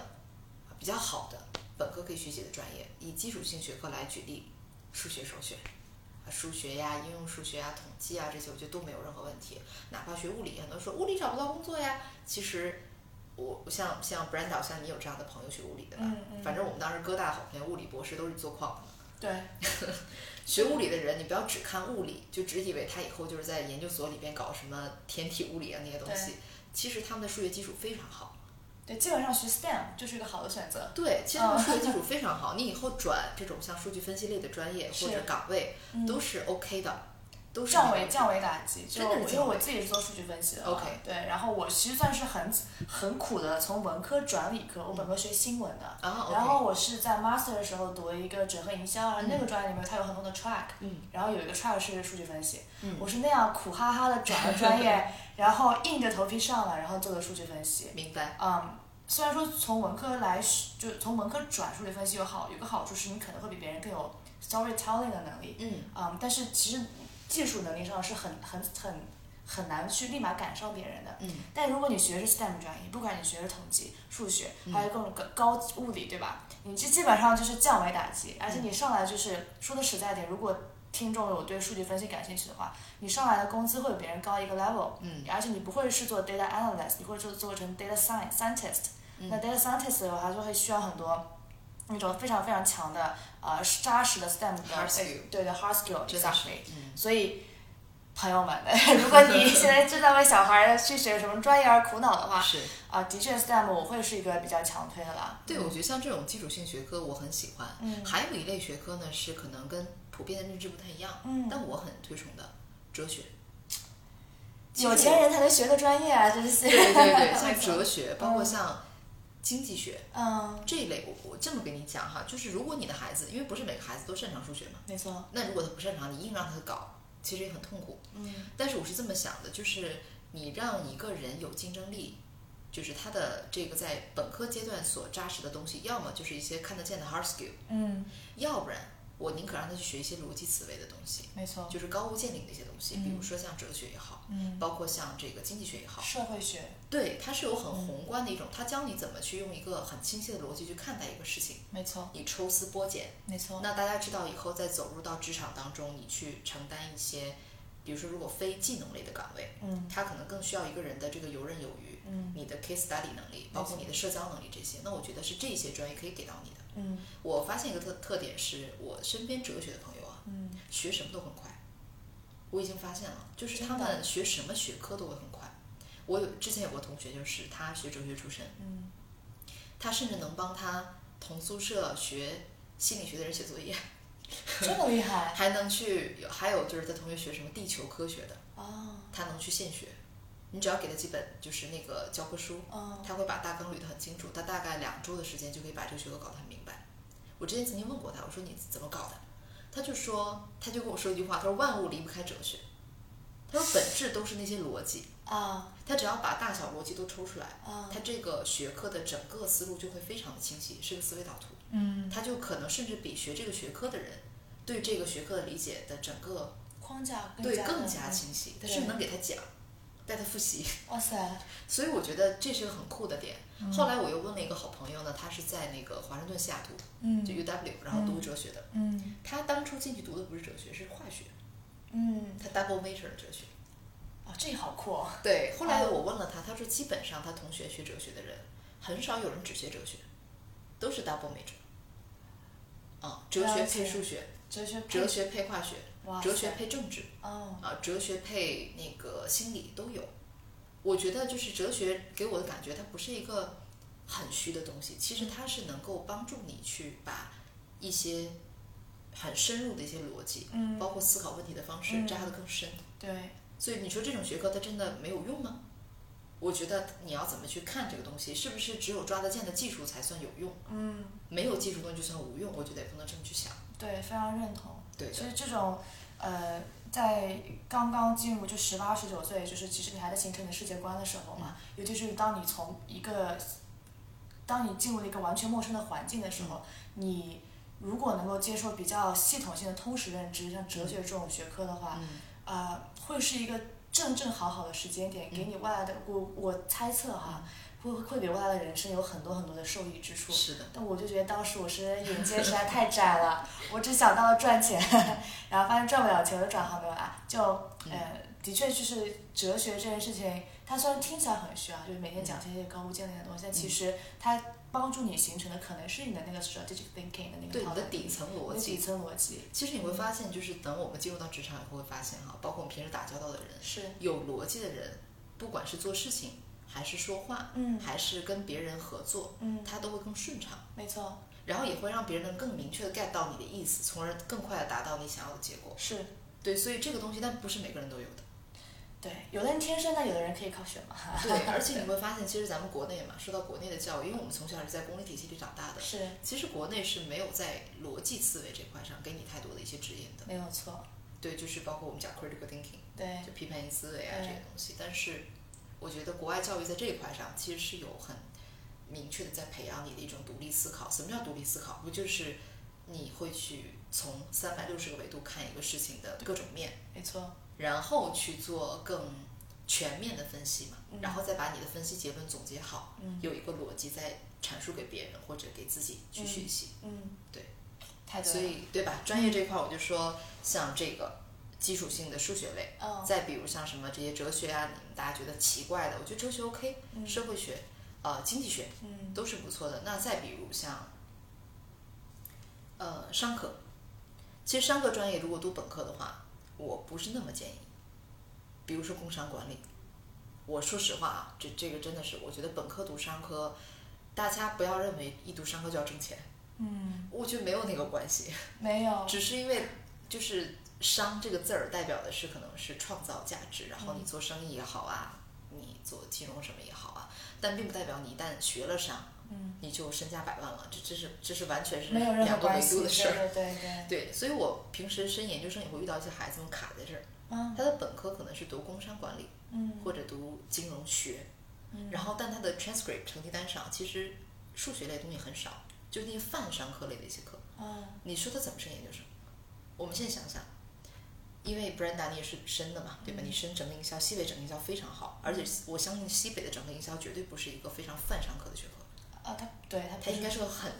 比较好的本科可以学习的专业，以基础性学科来举例，数学首选，啊，数学呀、应用数学呀、统计啊这些，我觉得都没有任何问题。哪怕学物理，很多人说物理找不到工作呀，其实我像像 Brenda，像你有这样的朋友学物理的吧？嗯嗯反正我们当时哥大好朋友物理博士都是做矿的。对，学物理的人，你不要只看物理，就只以为他以后就是在研究所里边搞什么天体物理啊那些东西对。其实他们的数学基础非常好，对，基本上学 STEM 就是一个好的选择。对，其实他们哦数学 基础非常好。你以后转这种像数据分析类的专业是或者岗位嗯都是 OK 的，都是降没维有降维打击，就真我的是因为降维我自己是做数据分析的嘛 OK 对，然后我其实算是很很苦的，从文科转理科，我本科学新闻的，啊然后，OK，我是在 master 的时候读了一个整合营销，然后那个专业里面它有很多的 track，嗯，然后有一个 track 是数据分析，嗯我是那样苦哈哈的转了专 业，然后硬着头皮上了，然后做的数据分析，明白，嗯，虽然说从文科来就从文科转数据分析有好有个好处是你可能会比别人更有 storytelling 的能力，嗯，嗯，但是其实技术能力上是很很很很难去立马赶上别人的。嗯。但如果你学的是 STEM 专业，不管你学的是统计、数学，还有各种高高物理，对吧？你这基本上就是降维打击，而且你上来就是说的实在点，如果听众有对数据分析感兴趣的话，你上来的工资会比别人高一个 level，嗯，而且你不会是做 data analyst，你会做做成 data science scientist，、那嗯 data scientist 的话，它就会需要很多那种非常非常强的呃扎实的 STEM 的 Hard skill 对的 hard skill 真的是 exactly，嗯所以。朋友们， 如果 你现在正在为小孩儿去学什么专业而苦恼的话，是。啊，的确 STEM 我会是一个比较强推的啦。对，我觉得像这种基础性学科我很喜欢。嗯还有一类学科呢，是可能跟普遍的认知不太一样，嗯但我很推崇的哲学。有钱人才能学的专业啊，真是。对对对，像哲学，包括像经济学 嗯，这一类，我我这么跟你讲哈，就是如果你的孩子，因为不是每个孩子都擅长数学嘛，没错。那如果他不擅长，你硬让他搞，其实也很痛苦。嗯但是我是这么想的，就是你让一个人有竞争力，就是他的这个在本科阶段所扎实的东西，要么就是一些看得见的 hard skill，嗯，要不然我宁可让他去学一些逻辑思维的东西，没错。就是高屋建瓴的一些东西，比如说像哲学也好，嗯，包括像这个经济学也好，社会学。对，它是有嗯很宏观的一种，它教你怎么去用一个很清晰的逻辑去看待一个事情，没错，你抽丝剥茧。没错。那大家知道以后再走入到职场当中，你去承担一些，比如说如果非技能类的岗位，嗯它可能更需要一个人的这个游刃有余，嗯你的 case study 能力，包括你的社交能力这些。那我觉得是这些专业可以给到你的。嗯我发现一个特特点是，我身边哲学的朋友啊，嗯，学什么都很快。我已经发现了，就是真他的们学什么学科都会很快。我有之前有个同学，就是他学哲学出身， 嗯，他甚至能帮他同宿舍学心理学的人写作业，这么厉害还能去有还有就是他同学学什么地球科学的，哦他能去现学。你只要给他几本就是那个教科书，哦，他会把大纲捋得很清楚，他大概两周的时间就可以把这个学科搞得很明白。我之前曾经问过他，我说你怎么搞的？他就说，他就跟我说一句话，他说万物离不开哲学，他说本质都是那些逻辑，啊他只要把大小逻辑都抽出来，啊他这个学科的整个思路就会非常的清晰，是个思维导图，嗯他就可能甚至比学这个学科的人对这个学科的理解的整个框架更对加更的嗯加清晰，但是对能给他讲，带他复习， 哇塞，所以我觉得这是个很酷的点。嗯后来我又问了一个好朋友呢，他是在那个华盛顿西雅图，嗯就 UW，然后读哲学的。嗯他当初进去读的不是哲学，是化学，嗯，他 double major 的哲学。哦，这好酷哦，对，后来我问了他，他说基本上他同学学哲学的人，很少有人只学哲学，都是 double major。啊、哲学了解配数学，哲学哲学配化学，哇哲学塞配政治，哦，啊，哲学配那个心理都有。我觉得就是哲学给我的感觉，它不是一个很虚的东西，其实它是能够帮助你去把一些很深入的一些逻辑，嗯包括思考问题的方式嗯扎得更深。对，所以你说这种学科它真的没有用吗？我觉得你要怎么去看这个东西，是不是只有抓得见的技术才算有用？嗯没有技术的东西就算无用，我觉得也不能这么去想。对，非常认同。对其的，实这种，呃，在刚刚进入就十八、十九岁，就是其实你还在形成你的世界观的时候嗯嘛，尤其是当你从一个，当你进入了一个完全陌生的环境的时嗯候，你如果能够接受比较系统性的通识认知，像哲学这种学科的话，嗯呃，会是一个正正好好的时间嗯点，给你未来的我我猜测哈，会会给未来的人生有很多很多的受益之处。是的，但我就觉得当时我是眼界实在太窄了，我只想到了赚钱， 然后发现赚不了钱，我就转行没有啊。就嗯呃，的确就是哲学这件事情，它虽然听起来很虚啊，就是每天嗯讲这些高屋建瓴的东西，但其实它帮助你形成的可能是你的那个 strategic thinking 的那个对你套的路底层你逻的底辑。层逻辑其实你会发现，就是等我们进入到职场以后，会发现哈，包括我们平时打交道的人，是有逻辑的人，不管是做事情，还是说话，嗯还是跟别人合作，嗯，他都会更顺畅，没错，然后也会让别人能更明确的 get 到你的意思，从而更快的达到你想要的结果。是对，所以这个东西，但不是每个人都有的。对。有的人天生的，有的人可以靠学嘛。对，啊而且你会发现，其实咱们国内嘛，说到国内的教育，因为我们从小是在公立体系里长大 的，是其实国内是没有在逻辑思维这块上给你太多的一些指引的。没有错，对，就是包括我们讲 critical thinking，对就批判性思维啊对这些东西。但是我觉得国外教育在这一块上其实是有很明确的在培养你的一种独立思考。什么叫独立思考？不就是你会去从三百六十个维度看一个事情的各种面，没错，然后去做更全面的分析嘛，嗯然后再把你的分析结论总结好，嗯有一个逻辑再阐述给别人或者给自己去嗯学习。嗯，对，太对了，所以对吧？专业这块我就说，像这个基础性的数学类，嗯再比如像什么这些哲学啊，你们大家觉得奇怪的，我觉得哲学 OK，、嗯社会学、呃经济学嗯都是不错的。那再比如像，呃商科，其实商科专业如果读本科的话，我不是那么建议。比如说工商管理，我说实话啊，这这个真的是，我觉得本科读商科，大家不要认为一读商科就要挣钱，嗯，我觉得没有那个关系。没有，只是因为就是“商”这个字儿代表的是可能是创造价值，然后嗯你做生意也好啊，你做金融什么也好啊，但并不代表你一旦学了商，嗯。你就身家百万了，这这是这是完全是没有任何两个维关系，度的事儿。对对对对，所以我平时升研究生也会遇到一些孩子们卡在这儿，对，啊，他的本科可能是读工商管理嗯或者读金融学，嗯然后但他的 transcript 成绩单上其实数学类的东西很少，就是那些泛商科类的一些课。啊，你说他怎么升研究生？我们现在想想，因为 Brenda 你也是深的嘛，对嗯吧？你深整个营销，西北整个营销非常好，而且我相信西北的整个营销绝对不是一个非常泛商科的学科，啊，他对他它应该是个很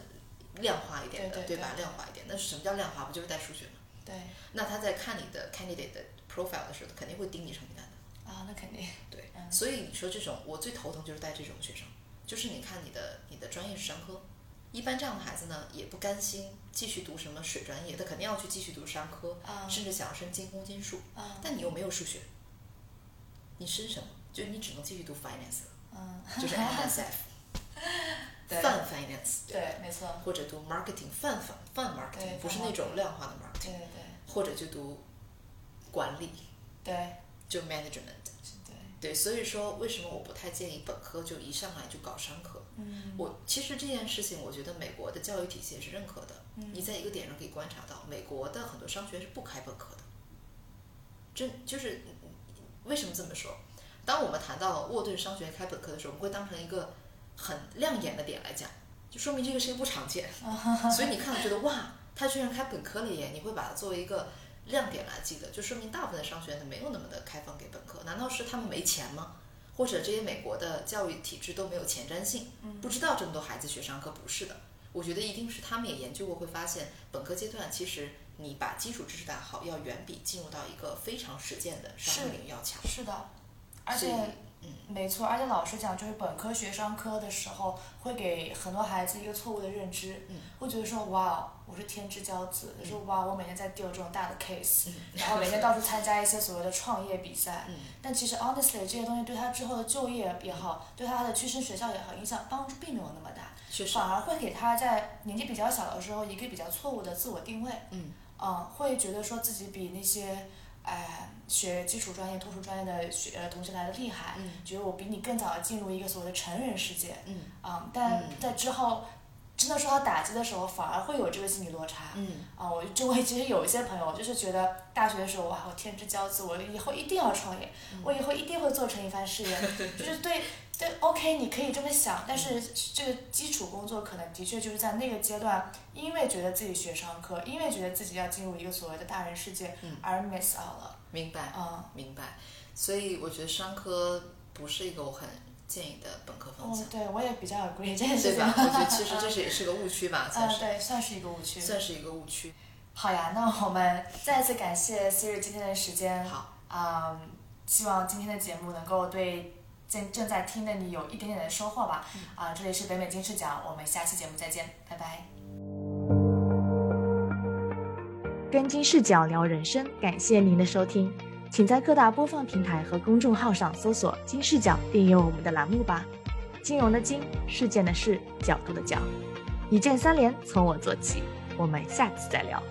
量化一点的，对对对吧？量化一点，那什么叫量化？不就是带数学吗？对那他在看你的 candidate 的 profile 的时候，肯定会盯你成绩单的。啊，那肯定对，嗯所以你说这种，我最头疼就是带这种学生，就是你看你的你的专业是商科，一般这样的孩子呢，也不甘心继续读什么水专业，他肯定要去继续读商科，啊甚至想要升精工金属，啊但你又没有数学，你升什么？就你只能继续读 finance，了嗯， 就是啊 NSF，对泛 finance，对，没错，或者读 marketing 泛泛泛 marketing，对不是泛那种量化的对 marketing，对或者就读管理，对对就 management。是对，对，所以说为什么我不太建议本科就一上来就搞商科？嗯我其实这件事情，我觉得美国的教育体系也是认可的。嗯你在一个点上可以观察到，美国的很多商学院是不开本科的。真就是为什么这么说？当我们谈到沃顿商学院开本科的时候，我们会当成一个很亮眼的点来讲，就说明这个事情不常见。所以你看了觉得哇，它虽然开本科了耶，你会把它作为一个亮点来记得，就说明大部分的商学院它没有那么的开放给本科。难道是他们没钱吗？或者这些美国的教育体制都没有前瞻性，嗯不知道这么多孩子学商科？不是的，我觉得一定是他们也研究过，会发现本科阶段其实你把基础知识打好，要远比进入到一个非常实践的商业是领域要强。是的，而所以且，没错，而且老师讲，就是本科学商科的时候，会给很多孩子一个错误的认知，嗯会觉得说哇，哦我是天之骄子，说哇，我每天在丢这种大的 case，、嗯然后每天到处参加一些所谓的创业比赛，嗯但其实 honestly 这些东西对他之后的就业也好，嗯对他的去升学校也好，影响帮助并没有那么大，确实，反而会给他在年纪比较小的时候一个比较错误的自我定位，嗯嗯，会觉得说自己比那些，哎，学基础专业、通识专业的学呃同学来的厉害，嗯觉得我比你更早地进入一个所谓的成人世界，嗯嗯，但嗯在之后真的受到打击的时候，反而会有这个心理落差。嗯，啊、我周围其实有一些朋友，就是觉得大学的时候，哇，我天之骄子，我以后一定要创业，嗯我以后一定会做成一番事 业，就是对对，OK，你可以这么想，但是这个基础工作可能的确就是在那个阶段，因为觉得自己学商科，因为觉得自己要进入一个所谓的大人世界，嗯而 miss out 了，明白。嗯，明白，所以我觉得商科不是一个我很建议的本科方向哦，，对我也比较 agree 这件事对情，吧？我觉得其实这是也是个误区吧，算嗯，是、对，算是一个误区。算是一个误区。好呀，那我们再次感谢 Siri 今天的时间。好，嗯，希望今天的节目能够对正正在听的你有一点点的收获吧。啊、这里是北美金视角，我们下期节目再见，拜拜。跟金视角聊人生，感谢您的收听，请在各大播放平台和公众号上搜索“金视角”，订阅我们的栏目吧。金融的金，事件的事，角度的角，一键三连，从我做起。我们下期再聊。